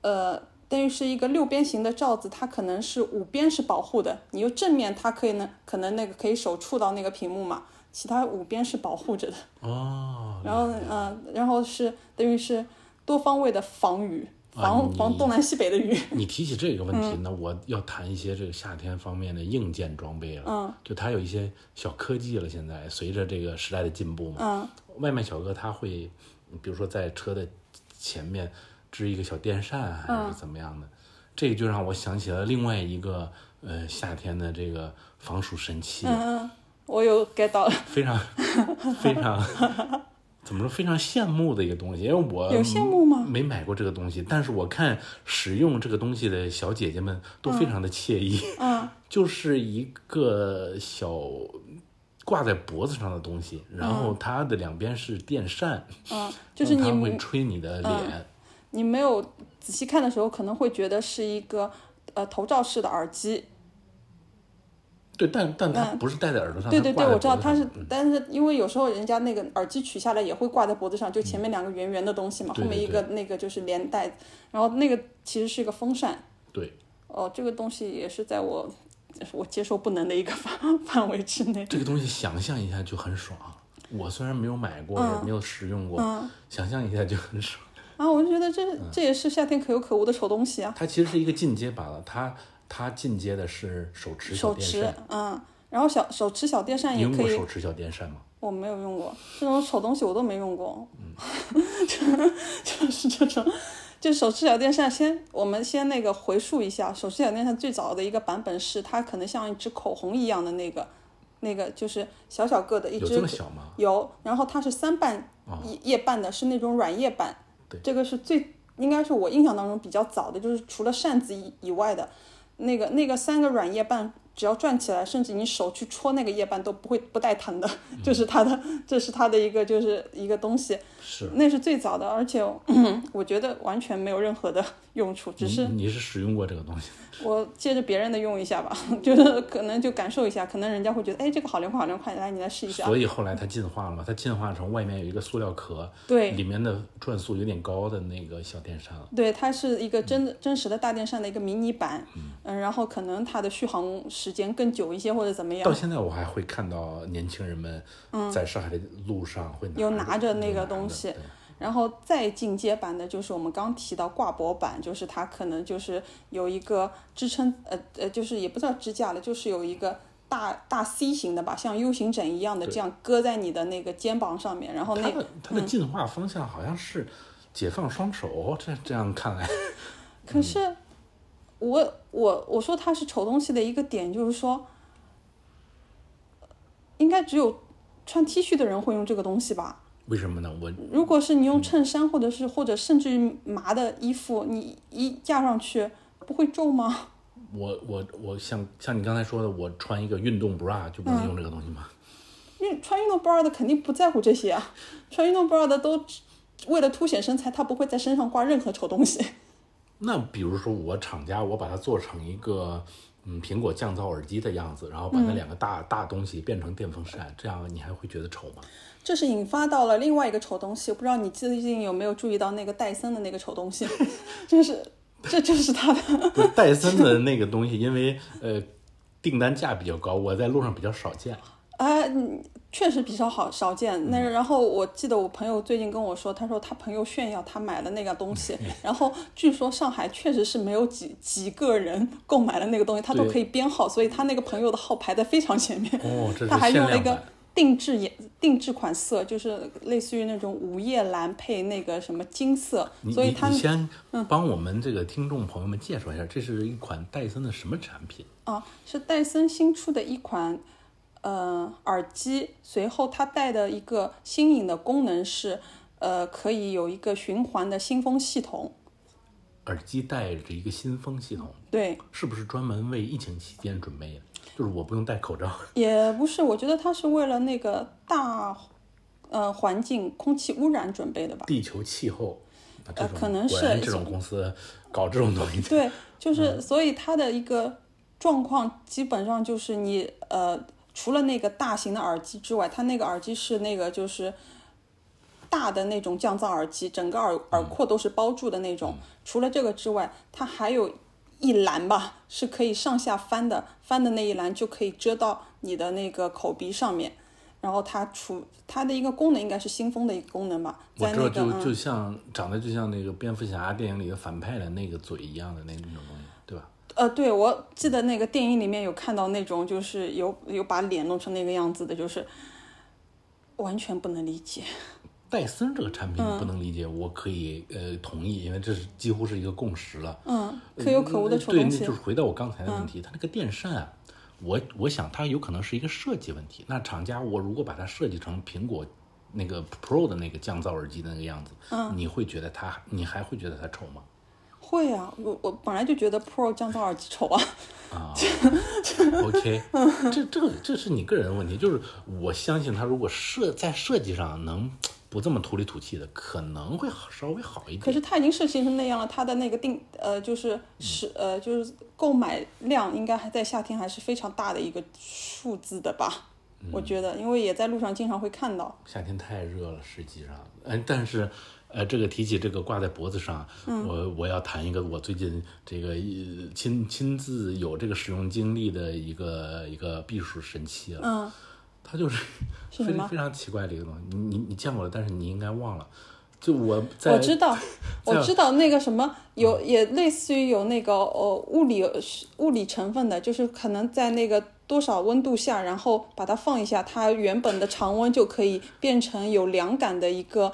呃，等于是一个六边形的罩子，它可能是五边是保护的，你又正面它可以呢，可能那个可以手触到那个屏幕嘛，其他五边是保护着的。哦，然后嗯、呃然后是等于是多方位的防雨，啊防、你嗯防东南西北的雨。你提起这个问题，那我要谈一些这个夏天方面的硬件装备了。嗯，就它有一些小科技了，现在随着这个时代的进步嘛。嗯，外卖小哥他会，比如说在车的前面支一个小电扇，啊还是怎么样的，这个就让我想起了另外一个呃夏天的这个防暑神器，啊嗯，我有 get 到 (laughs) 了。非常非常。怎么说？非常羡慕的一个东西，因为我有羡慕吗？没买过这个东西，但是我看使用这个东西的小姐姐们都非常的惬意，嗯， (laughs) 就是一个小挂在脖子上的东西，然后它的两边是电扇，嗯，就是它会你嗯吹你的脸，你没有仔细看的时候，可能会觉得是一个呃头罩式的耳机。对，但但它不是戴在耳朵上，嗯对对对，挂在我知道脖子它上嗯是，但是因为有时候人家那个耳机取下来也会挂在脖子上，就前面两个圆圆的东西嘛，嗯对后面对一个那个就是连带，然后那个其实是一个风扇。对哦，这个东西也是在我我接受不能的一个 (laughs) 范范围之内。这个东西，想象一下就很爽。我虽然没有买过，嗯也没有使用过，想象一下就很爽。啊，我就觉得嗯这这也是夏天可有可无的丑东西啊，它其实是一个进阶版了，它它进阶的是手持小手电持扇。，嗯，然后小手持小电扇你也用可过以手持小电扇吗？我没有用过这种丑东西，我都没用过。嗯 (laughs) 就就是这种，就手持小电扇先。我们先那个回溯一下，手持小电扇最早的一个版本是它可能像一支口红一样的那个，那个就是小小个的一有支这么小吗？有，然后它是三瓣叶叶瓣的，是那种软叶瓣。对这个是最应该是我印象当中比较早的，就是除了扇子以以外的。那个那个三个软叶瓣只要转起来，甚至你手去戳那个叶瓣都不会不带疼的，这是它的，这是它的一个就是一个东西，是那是最早的，而且 (clears throat) 我觉得完全没有任何的用处，只是你是使用过这个东西，我借着别人的用一下吧， (laughs) 就是可能就感受一下，可能人家会觉得，哎，这个好凉快，好凉快，来你来试一下。所以后来它进化了嘛，它进化成外面有一个塑料壳，对里面的转速有点高的那个小电扇了。对，它是一嗯个真的真实的大电扇的一个迷你版，嗯，然后可能它的续航时间更久一些或者怎么样到，现在我还会看到年轻人们在上海的路上会拿嗯有拿着那有个拿东着西对然后再进阶版的就是我们刚提到挂脖版，就是它可能就是有一个支撑，呃呃，就是也不知道支架了，就是有一个大大 C 型的吧，像 U 型枕一样的，对这样搁在你的那个肩膀上面，然后那它个嗯的它的进化方向好像是解放双手，这这样看来， (laughs) 可是我我我说它是丑东西的一个点，就是说，应该只有穿 T 恤的人会用这个东西吧？为什么呢？我如果是你用衬衫或者是或者甚至于麻的衣服，你一架上去不会皱吗？我我我像像你刚才说的，我穿一个运动 bra 就不能用这个东西吗？嗯因为穿运动 bra 的肯定不在乎这些啊，穿运动 bra 的都只为了凸显身材，他不会在身上挂任何丑东西。那比如说我厂家，我把它做成一个嗯苹果降噪耳机的样子，然后把嗯那两个大、大东西变成电风扇，这样你还会觉得丑 (laughs) 吗？这是引发到了另外一个丑东西，我不知道你最近有没有注意到那个戴森的那个丑东 (laughs) 西，就是这就是他的。不是戴森的那个东西，因为呃订单价比较高，我在路上比较少见。啊，嗯确实比较好少见。那嗯然后我记得我朋友最近跟我说，他说他朋友炫耀他买的那个东 (laughs) 西，然后据说上海确实是没有几几个人购买了那个东西，他都对可以编号，所以他那个朋友的号排在非常前面。哦，这他还是限用了一量个版。定制颜定制款色，就是类似于那种午夜蓝配那个什么金色，你所以你他嗯你先帮我们这个听众朋友们介绍一下，这是一款戴森的什么产品？啊，是戴森新出的一款呃耳机，随后它带的一个新颖的功能是，呃，可以有一个循环的新风系统。耳机带着一个新风系统，对，是不是专门为疫情期间准备的？就是我不用戴口罩。 (laughs) 也不是，我觉得它是为了那个大呃环境空气污染准备的吧。地球气候，啊、这呃种可能果然是这种公司搞这种东西。对，嗯就是所以它的一个状况基本上就是你呃，除了那个大型的耳机之外，它那个耳机是那个就是大的那种降噪耳机，整个耳嗯耳廓都是包住的那种。除了这个之外，它还有一栏吧，是可以上下翻的，翻的那一栏就可以遮到你的那个口鼻上面。然后它除它的一个功能应该是新风的一个功能吧，我在知道那就，个就嗯，像长得就像那个蝙蝠侠电影里的反派的那个嘴一样的那那种东西，对吧？呃，对，我记得那个电影里面有看到那种，就是有有把脸弄成那个样子的，就是完全不能理解。戴森这个产嗯品不能理解，我可以呃同意，因为这是几乎是一个共识了。嗯，可有可无的丑呃对，东那西嗯就是。回到我刚才的问题，它那个电扇啊，我我想它有可能是一个设计问题。那厂家我如果把它设计成苹果那个 Pro 的那个降噪耳机的那个样子，嗯你会觉得它，你还会觉得它丑吗？会啊，我我本来就觉得 Pro 降噪耳机丑 (laughs) 啊。啊 (laughs) ，OK，这这个这是你个人的问题，就是我相信它如果设在设计上能不这么土里土气的，可能会好稍微好一可点。是它已经设计成那样了，它的那个定呃就是是呃就是购买量应该还在夏天还是非常大的一个数字的吧？嗯我觉得，因为也在路上经常会看到。夏天太热了，实际上，嗯、但是，呃，这个提起这个挂在脖子上，嗯我我要谈一个我最近这个呃亲亲自有这个使用经历的一个一个避暑神器了。嗯，它就是是非什么非常奇怪的一个东西，你你你见过了，但是你应该忘了。就我在我知 (laughs) 道，我在知道那个什么有也类似于有那个呃物理物理成分的，就是可能在那个多少温度下，然后把它放一下，它原本的常温就可以变成有凉感的一个，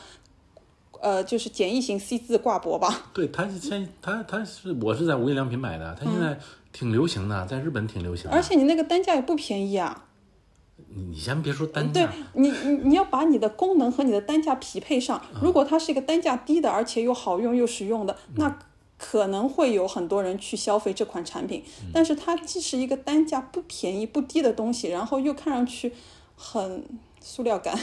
呃，就是简易型 C 字挂脖吧。对，它是现它它是我是在无印良品买的，它现在挺流行的，在日本挺流行嗯的。而且你那个单价也不便宜啊。你你先别说单对价，你，你你要把你的功嗯能和你的单价匹配上。如果它是一个单价低的，而且又好用又实用的，那可能会有很多人去消费这款产品，嗯但是它既是一个单价不便宜不低的东西，然后又看上去很塑料感，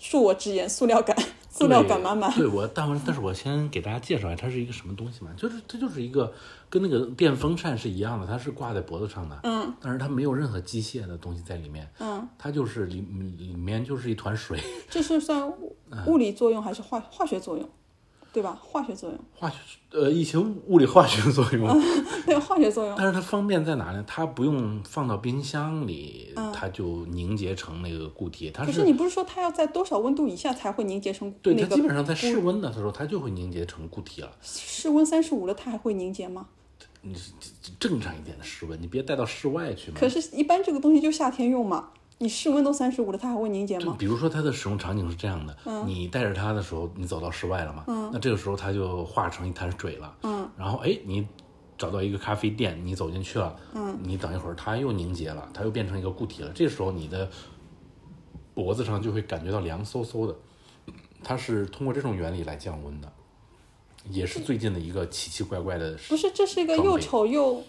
恕我直言，塑料感，塑料感满满。对我，但我但是我先给大家介绍一下，它是一个什么东西嘛？就是它就是一个跟那个电风扇是一样的，它是挂在脖子上的，嗯，但是它没有任何机械的东西在里面，嗯，它就是里里面就是一团水，这是算物嗯物理作用还是化化学作用？对吧？化学作用， (laughs) 化学呃一些物理化学作用，对化学作用， (laughs) 但是它方便在哪呢？它不用放到冰箱里，它就凝结成那个固体，它嗯可是是你不是说它要在多少温度以下才会凝结成对那它基个本上在室温的时候，它就会凝结成固体了。室温三十五了，它还会凝结吗？你是正常一点的室温，你别带到室外去嘛。可是，一般这个东西就夏天用嘛，你室温都三十五了，它还会凝结就吗？比如说它的使用场景是这样的，嗯你带着它的时候，你走到室外了嘛，那这个时候它就化成一滩水了，嗯，然后哎，你找到一个咖啡店，你走进去了，嗯，你等一会儿它又凝结了，它又变成一个固体了，这时候你的脖子上就会感觉到凉飕飕的，它是通过这种原理来降温的，也是最近的一个奇奇怪怪的不事。是，这是一个装又备丑又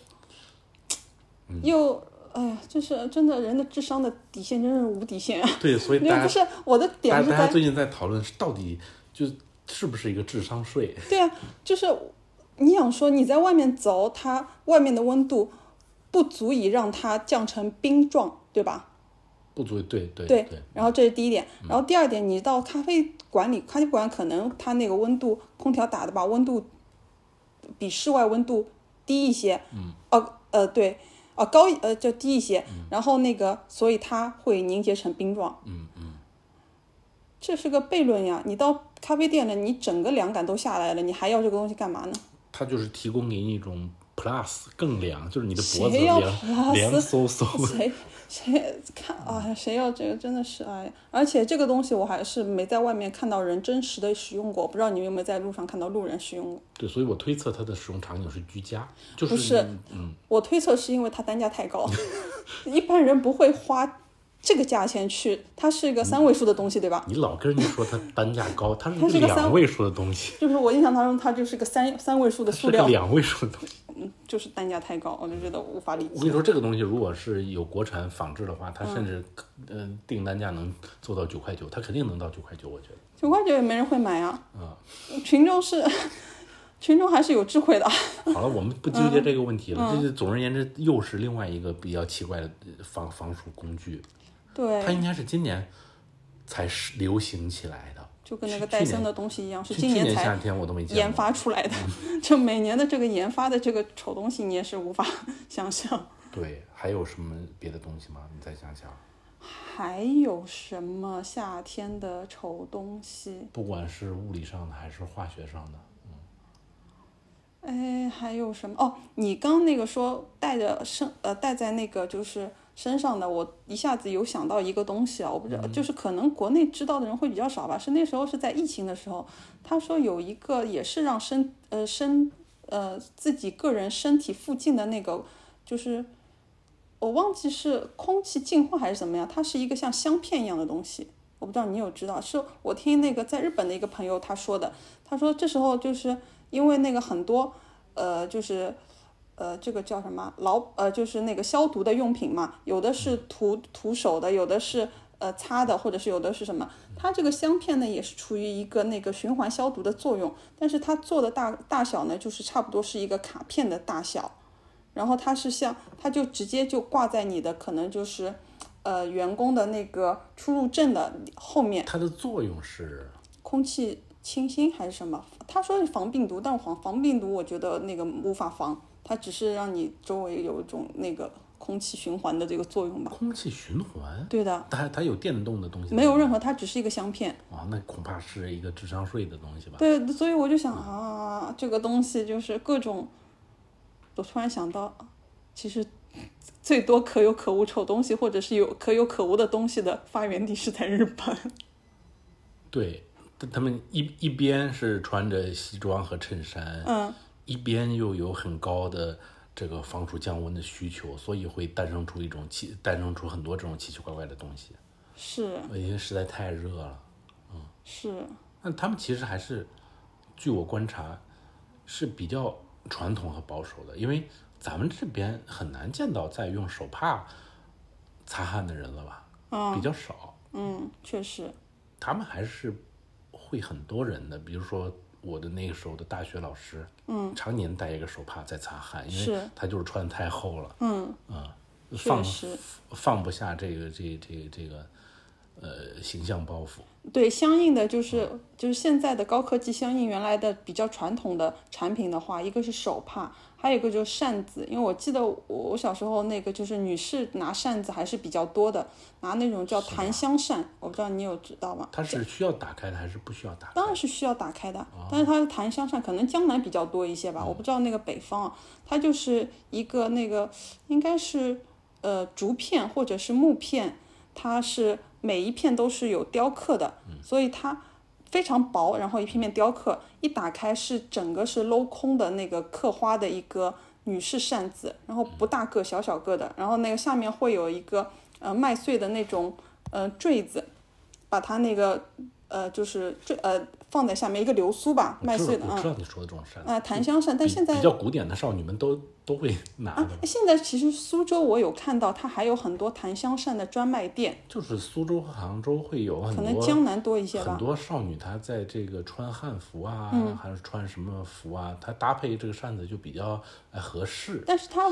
嗯又哎呀，就是真的人的智商的底线真是无底线啊！对，所以因为大不家是我的大点家是大家在最近在讨论是到底就是不是一个智商税。对啊，就是你想说你在外面走，它外面的温度不足以让它降成冰状，对吧？不足以对对对嗯然后这是第一点，然后第二点，你到咖啡馆里，咖啡馆可能它那个温度，空调打的吧，温度比室外温度低一些，嗯，哦呃对，哦、高一呃就低一些，然后那个所以它会凝结成冰状，嗯嗯，这是个悖论呀，你到咖啡店了，你整个凉感都下来了，你还要这个东西干嘛呢？它就是提供给你一种 plus 更凉，就是你的脖子谁要凉 plus？凉飕飕。 (laughs) 谁谁看啊？谁要这个真的是哎呀！而且这个东西我还是没在外面看到人真实的使用过，不知道你们有没有在路上看到路人使用过？对，所以我推测它的使用场景是居家，就不是嗯，我推测是因为它单价太 (laughs) 高，一般人不会花这个价钱去。它是一个三位数的东西，对吧？你老跟人家说它单价高，它是它是一个个三两位数的东西，就是我印象当中，它就是个三三位数的塑是个料，两位数的东西。就是单价太高，我就觉得无法理我跟你解。说，这个东西如果是有国产仿制的话，它甚至嗯、呃订单价能做到九块九，它肯定能到九块九，我觉得。九块九也没人会买啊，啊、群众是 (laughs) 群众还是有智慧的。好了，我们不嗯纠结这个问题了。这就总而言之，又是另外一个比较奇怪的呃防防暑工具。对，它应该是今年才是流行起来的。就跟那去个去戴年森的东西一样，是去今去年夏才天我都没见过。研发出来的。 (laughs) 就每年的这个研发的这个丑东西，你也是无法 (laughs) 想象。对，还有什么别的东西吗？你再想想，还有什么夏天的丑东西？不管是物理上的还是化学上的，哎，还有什么？哦，你刚那个说戴着身呃戴在那个就是身上的，我一下子有想到一个东西啊，我不知道，就是可能国内知道的人会比较少吧。是那时候是在疫情的时候，他说有一个也是让身呃身呃自己个人身体附近的那个就是。我忘记是空气净化还是怎么样，它是一个像香片一样的东西，我不知道你有知道，是我听那个在日本的一个朋友他说的，他说这时候就是因为那个很多，呃，就是。呃，这个叫什么老呃，就是那个消毒的用品嘛，有的是涂涂手的，有的是呃擦的，或者是有的是什么？它这个香片呢，也是处于一个那个循环消毒的作用，但是它做的大大小呢，就是差不多是一个卡片的大小，然后它是像它就直接就挂在你的可能就是呃员工的那个出入证的后面，它的作用是空气清新还是什么？他说是防病毒，但防防病毒我觉得那个无法防，它只是让你周围有一种那个空气循环的这个作用吧。空气循环。对的，它它有电动的东西吗没有任何，它只是一个香片。啊，那恐怕是一个智商税的东西吧？对，所以我就想啊，这个东西就是各种，我突然想到，其实最多可有可无丑东西，或者是有可有可无的东西的发源地是在日本。 (laughs) 对，他他们一一边是穿着西装和衬衫，嗯，一边又有很高的这个防暑降温的需求，所以会诞生出一种奇，诞生出很多这种奇奇怪怪的东西，是因为实在太热了。是，那他们其实还是，据我观察，是比较传统和保守的，因为咱们这边很难见到在用手帕擦汗的人了吧？比较少。嗯，确实，他们还是会很多人的，比如说我的那个时候的大学老师，嗯，常年带一个手帕在擦汗，因为是他就是穿的太厚了，嗯，啊、确放实放不下这个这这这个呃形象包袱，对，相应的就是就是现在的高科技，相应原来的比较传统的产品的话，一个是手帕，还有一个就是扇子。因为我记得我我小时候那个就是女士拿扇子还是比较多的，拿那种叫檀香扇，我不知道你有知道吗？它是需要打开的还是不需要打开当？然是需要打开的，但是它的檀香扇可能江南比较多一些吧，我不知道那个北方啊，它就是一个那个应该是呃竹片或者是木片，它是每一片都是有雕刻的，所以它非常薄，然后一片片雕刻，一打开是整个是镂空的那个刻花的一个女士扇子，然后不大个小小个的，然后那个下面会有一个呃麦穗的那种呃坠子，把它那个呃就是坠呃放在下面一个流苏吧，我麦穗知的道，啊我知道你说的这种扇子，啊檀香扇，但比现在比较古典的少女们都都会拿的啊，现在其实苏州我有看到，它还有很多檀香扇的专卖店，就是苏州和杭州会有很可能多江南多一些很吧。嗯多少女她在这个穿汉服啊，还是穿什么服啊，她搭配这个扇子就比较哎合适。但是它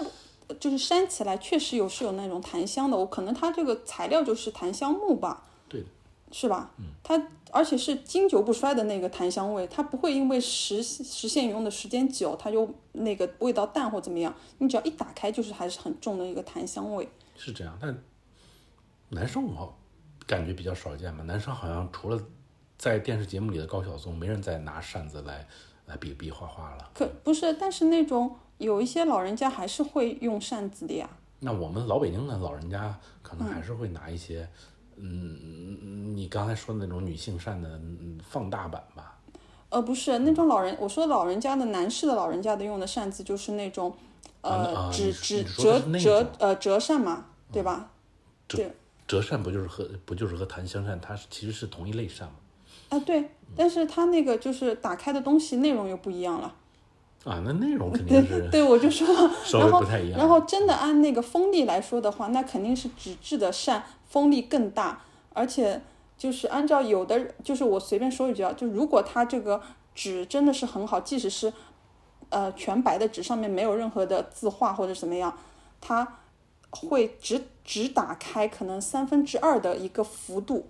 呃就是扇起来确实有是有那种檀香的，我可能它这个材料就是檀香木吧，对的，是吧？它而且是经久不衰的那个檀香味，它不会因为时时限用的时间久，它就那个味道淡或怎么样。你只要一打开，就是还是很重的一个檀香味。是这样。但男生我感觉比较少见吧，男生好像除了在电视节目里的高晓松，没人再拿扇子来来比比划划了。可不是，但是那种有一些老人家还是会用扇子的呀。那我们老北京的老人家可能还是会拿一些，嗯，你刚才说的那种女性扇的嗯放大版吧，呃，不是那种老人，我说老人家的男士的老人家的用的扇子就是那种，啊那呃啊，折你说折你说的折是那折种嗯呃折扇嘛，对吧？对，折扇不就是和不就是和檀香扇，它是其实是同一类扇吗？啊对，但是它那个就是打开的东西内容又不一样了。啊，那内容肯对定是 (laughs) 对，我就说嘛，稍微然后不太一样然后真的按那个风力来说的话，那肯定是纸质的扇风力更大，而且就是按照有的，就是我随便说一句啊，就如果它这个纸真的是很好，即使是呃全白的纸，上面没有任何的字画或者怎么样，它会只只打开可能三分之二的一个幅度。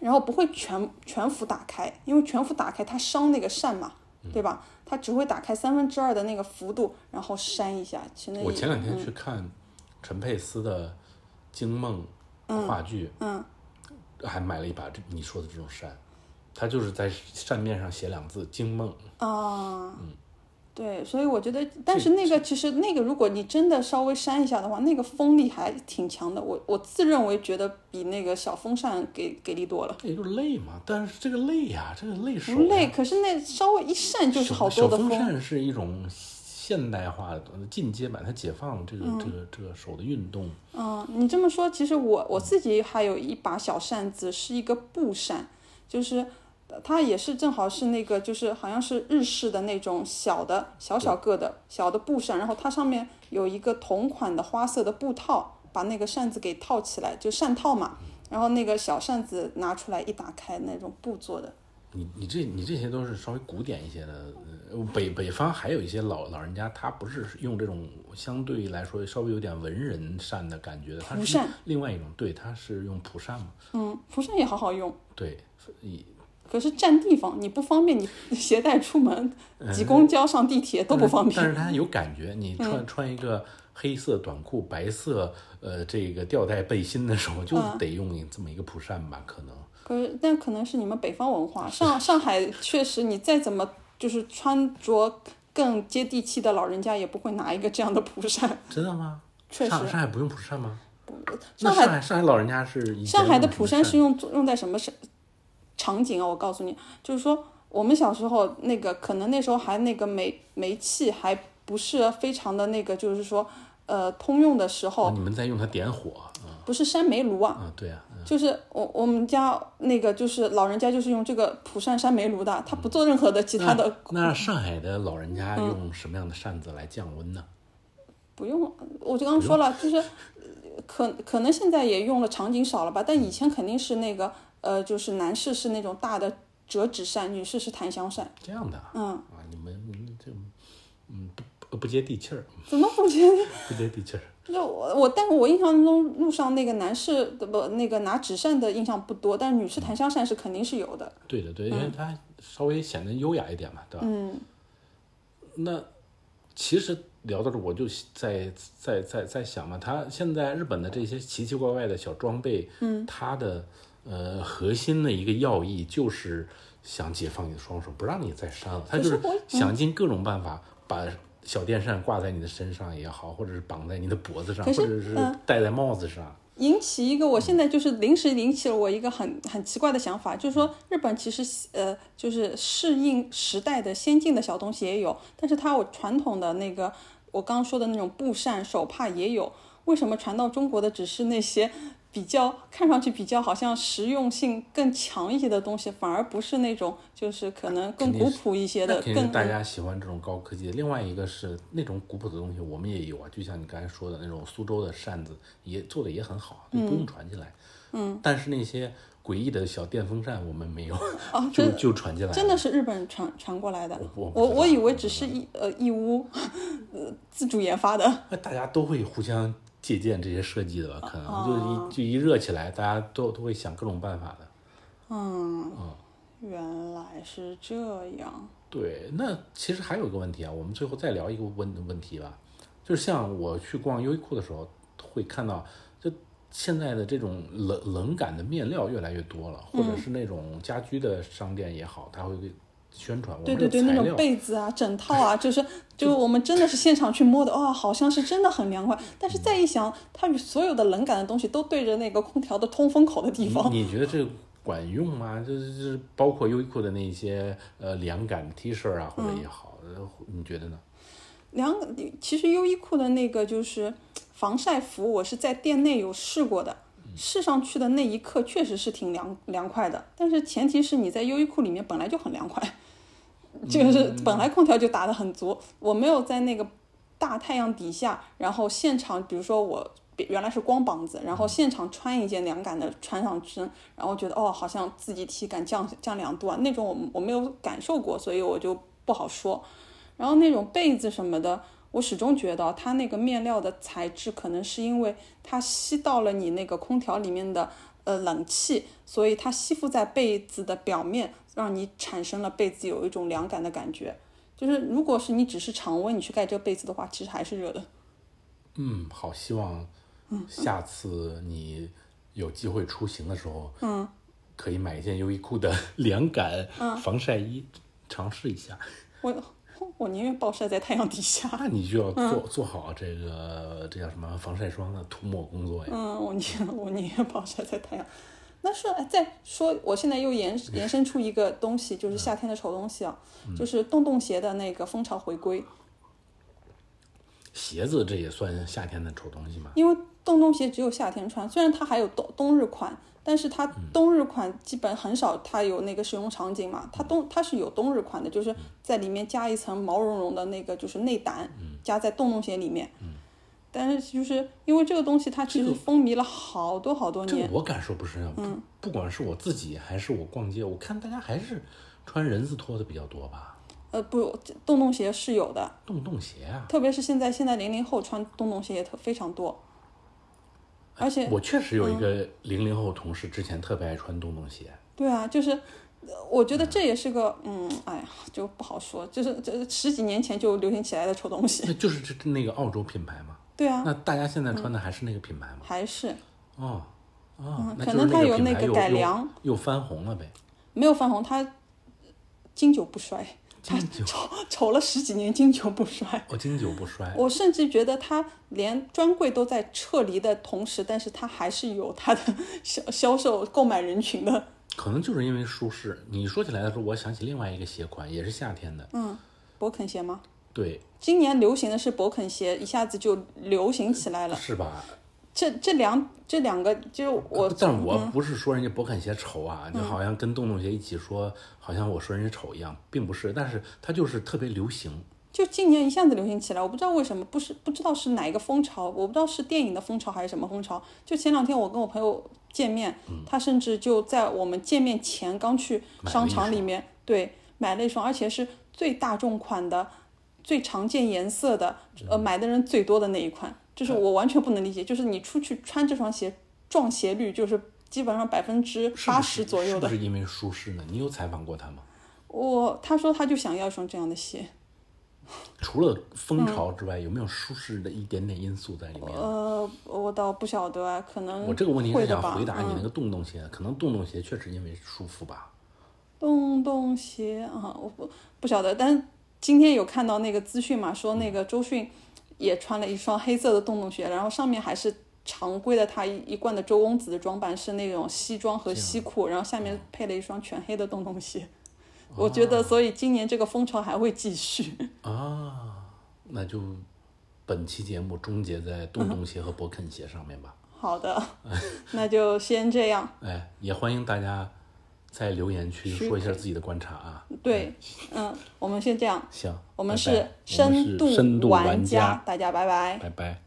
然后不会全全幅打开，因为全幅打开它伤那个扇嘛，嗯对吧？它只会打开三分之二的那个幅度，然后扇一下。其实那我前两天去看陈佩斯的《惊梦》话剧，嗯，还买了一把这你说的这种扇，它就是在扇面上写两字“惊梦啊，对，所以我觉得，但是那个其实那个，如果你真的稍微扇一下的话，那个风力还挺强的。我我自认为觉得比那个小风扇给给力多了”，。这也就是累嘛。但是这个累呀、这个啊累手不呀、累，可是那稍微一扇就是小好多的小风风。扇是一种现代化的进阶版，它解放这个、这个这个手的运动。嗯，你这么说，其实我我自己还有一把小扇子，是一个布扇，就是呃它也是正好是那个，就是好像是日式的那种小的小小个的小的布扇，然后它上面有一个同款的花色的布套，把那个扇子给套起来，就扇套嘛。然后那个小扇子拿出来一打开，那种布做的。你你这你这些都是稍微古典一些的，呃北北方还有一些老老人家，他不是用这种相对来说稍微有点文人扇的感觉的，他蒲是扇另外一种，对，他是用蒲扇嘛，嗯，蒲扇也好好用，对，以可是占地方，你不方便，你 (laughs) 携带出门，挤公交、上地铁都不方呃但便。嗯是它有感觉，你穿、穿一个黑色短裤、白色呃这个吊带背心的时候，就嗯得用你这么一个蒲扇吧，可能。可是，但可能是你们北方文化，上上海确实，你再怎么就是穿着更接地气的老人家，也不会拿一个这样的蒲扇。真的吗？确实上上海不用蒲扇吗？上那上海海上海老人家是以前上海的用蒲扇是用用在什么是场景啊？我告诉你，就是说我们小时候那个，可能那时候还那个煤煤气还不是非常的那个，就是说呃通用的时候，嗯哦，你们在用它点火啊不是扇煤炉啊，啊，对啊，嗯就是我我们家那个就是老人家就是用这个蒲扇扇煤炉的，他不做任何的其嗯他的，嗯那上海的老人家用什么样的扇子来降温呢？不用。我就刚刚说了，就是可可能现在也用了，场景少了吧，但以前肯定是那个呃，就是男士是那种大的折纸扇，女士是檀香扇。这样的啊，嗯，啊，你们嗯这嗯不不接地气儿，怎么不觉得？不接地气儿。就是我我，但是我印象中路上那个男士的不那个拿纸扇的印象不多，但是女士檀香扇是肯定是有的。对的，对，因为它稍微显得优雅一点嘛，对吧？嗯，那其实聊到这儿，我就在在在在想嘛，它现在日本的这些奇奇怪怪的小装备，嗯，它的呃核心的一个要义就是想解放你的双手，不让你再扇了，它就可是是我嗯想尽各种办法把。小电扇挂在你的身上也好，或者是绑在你的脖子上，可或是者是嗯戴在帽子上，引起一个我现在就是临时引起了我一个很很奇怪的想法，就是说日本其实呃就是适应时代的先进的小东西也有，但是它有传统的那个我刚刚说的那种布扇手帕也有，为什么传到中国的只是那些比较看上去比较好像实用性更强一些的东西，反而不是那种就是可能更古朴一些的那肯定是更大家喜欢这种高科技的。另外一个是那种古朴的东西，我们也有啊，就像你刚才说的那种苏州的扇子，也做的也很好，啊就不用传进来。嗯。但是那些诡异的小电风扇，我们没有， (laughs) 哦就真就传进来了。真的是日本传传过来的，我我不知道我以为只是义呃义乌，呃自主研发的，那大家都会互相借鉴这些设计的吧？可哦能就一就一热起来，大家都都会想各种办法的。啊嗯，原来是这样，对，那其实还有一个问题啊，我们最后再聊一个问问题吧，就是像我去逛优衣库的时候，会看到就现在的这种冷冷感的面料越来越多了，或嗯者是那种家居的商店也好，它会给宣传我对们对对，这那个哦材种料。被子啊、枕套 (laughs) 啊，就是就是我们真的是现场去摸的，哇、好像是真的很凉快。但是嗯再一想，它与所有的冷感的东西都对着那个空调的通风口的地方，你你觉得这个管用吗？就是就是包括优衣库的那些呃凉感 T 恤啊，或者嗯也好，呃你觉得呢？凉。其实优衣库的那个就是防晒服，我是在店内有试过的。试上去的那一刻确实是挺凉凉快的，但是前提是你在优衣库里面本来就很凉快，就是本来空调就打得很足，我没有在那个大太阳底下，然后现场，比如说我别原来是光膀子，然后现场穿一件凉感的穿上身，然后觉得哦，好像自己体感降降两度啊，那种我我没有感受过，所以我就不好说。然后那种被子什么的，我始终觉得它那个面料的材质可能是因为它吸到了你那个空调里面的呃冷气，所以它吸附在被子的表面，让你产生了被子有一种凉感的感觉。就是如果是你只是常温，你去盖这个被子的话，其实还是热的。嗯，好，希望下次你有机会出行的时候，嗯，可以买一件优衣库的凉感防晒衣，尝试一下。我我宁愿暴晒在太阳底下。那你就要做、做好这个这叫什么防晒霜的涂抹工作呀。嗯，我宁我 (laughs) 宁愿暴晒在太阳。那是哎再说，我现在又延延伸出一个东西，就是夏天的丑东西啊，嗯就是洞洞鞋的那个风潮回归。鞋子这也算夏天的丑东西吗？因为洞洞鞋只有夏天穿，虽然它还有冬冬日款，但是嗯它冬日款基本很少，它有那个使用场景嘛。它嗯冬它是有冬日款的，就是在里面加一层毛茸茸的那个就是内胆，嗯加在洞洞鞋里面。但是就是因为这个东西，它其实风靡了好多好多这个年。我感受不深啊，不不管是我自己还是我逛街，我看大家还是穿人字拖的比较多吧，呃，不，洞洞鞋是有的，洞洞鞋啊。特别是现在现在零零后穿洞洞鞋也特非常多，而且我确实有一个零零后同事，之前特别爱穿洞洞鞋。对啊，就是，呃我觉得这也是个，嗯，哎呀，就不好说，就是这十几年前就流行起来的丑东西。那就是这这那个澳洲品牌嘛。对啊，那大家现在穿的还是那个品牌吗？还是哦，哦，嗯那可就是能它个有品那牌个又改又良又翻红了呗。没有翻红，它经久不衰，经久，丑丑了十几年，经久不衰。 (laughs) 哦，经久不衰。我甚至觉得它连专柜都在撤离的同时，但是它还是有它的销销售购买人群的。可能就是因为舒适。你说起来的时候，我想起另外一个鞋款，也是夏天的。嗯，勃肯鞋吗？对，今年流行的是勃肯鞋，一下子就流行起来了。是吧？这这两这两个就是我，嗯但是我不是说人家勃肯鞋丑啊，你好像跟洞洞鞋一起说，好像我说人家丑一样，并不是，但是它就是特别流行。就今年一下子流行起来，我不知道为什么，不是不知道是哪一个风潮，我不知道是电影的风潮还是什么风潮。就前两天我跟我朋友见面，嗯他甚至就在我们见面前刚去商场里面对买了一双，而且是最大众款的、最常见颜色的，嗯呃，买的人最多的那一款。就是我完全不能理解，就是你出去穿这双鞋，撞鞋率就是基本上百分之是不八是十左右的。是不是因为舒适呢？你有采访过他吗？我他说他就想要一双这样的鞋。除了风潮之外，有没有舒适的一点点因素在里面？嗯呃，我倒不晓得啊，可能我这个问题会是的想吧回答你嗯那个洞洞鞋，可能洞洞鞋确实因为舒服吧。洞洞鞋啊，我不不晓得，但是今天有看到那个资讯嘛，说那个周迅也穿了一双黑色的洞洞鞋，然后上面还是常规的他一一贯的周公子的装扮，是那种西装和啊西裤，然后下面配了一双全黑的洞洞鞋。我觉得，所以今年这个风潮还会继续。 (laughs) 啊，那就本期节目终结在嗯洞洞鞋和勃肯鞋上面吧。好 (laughs) 的，那就先这样。哎，也欢迎大家在留言区说一下自己的观察啊。对，嗯，我们先这样。行，我们拜拜是我们是深度玩家，，大家拜拜。拜拜。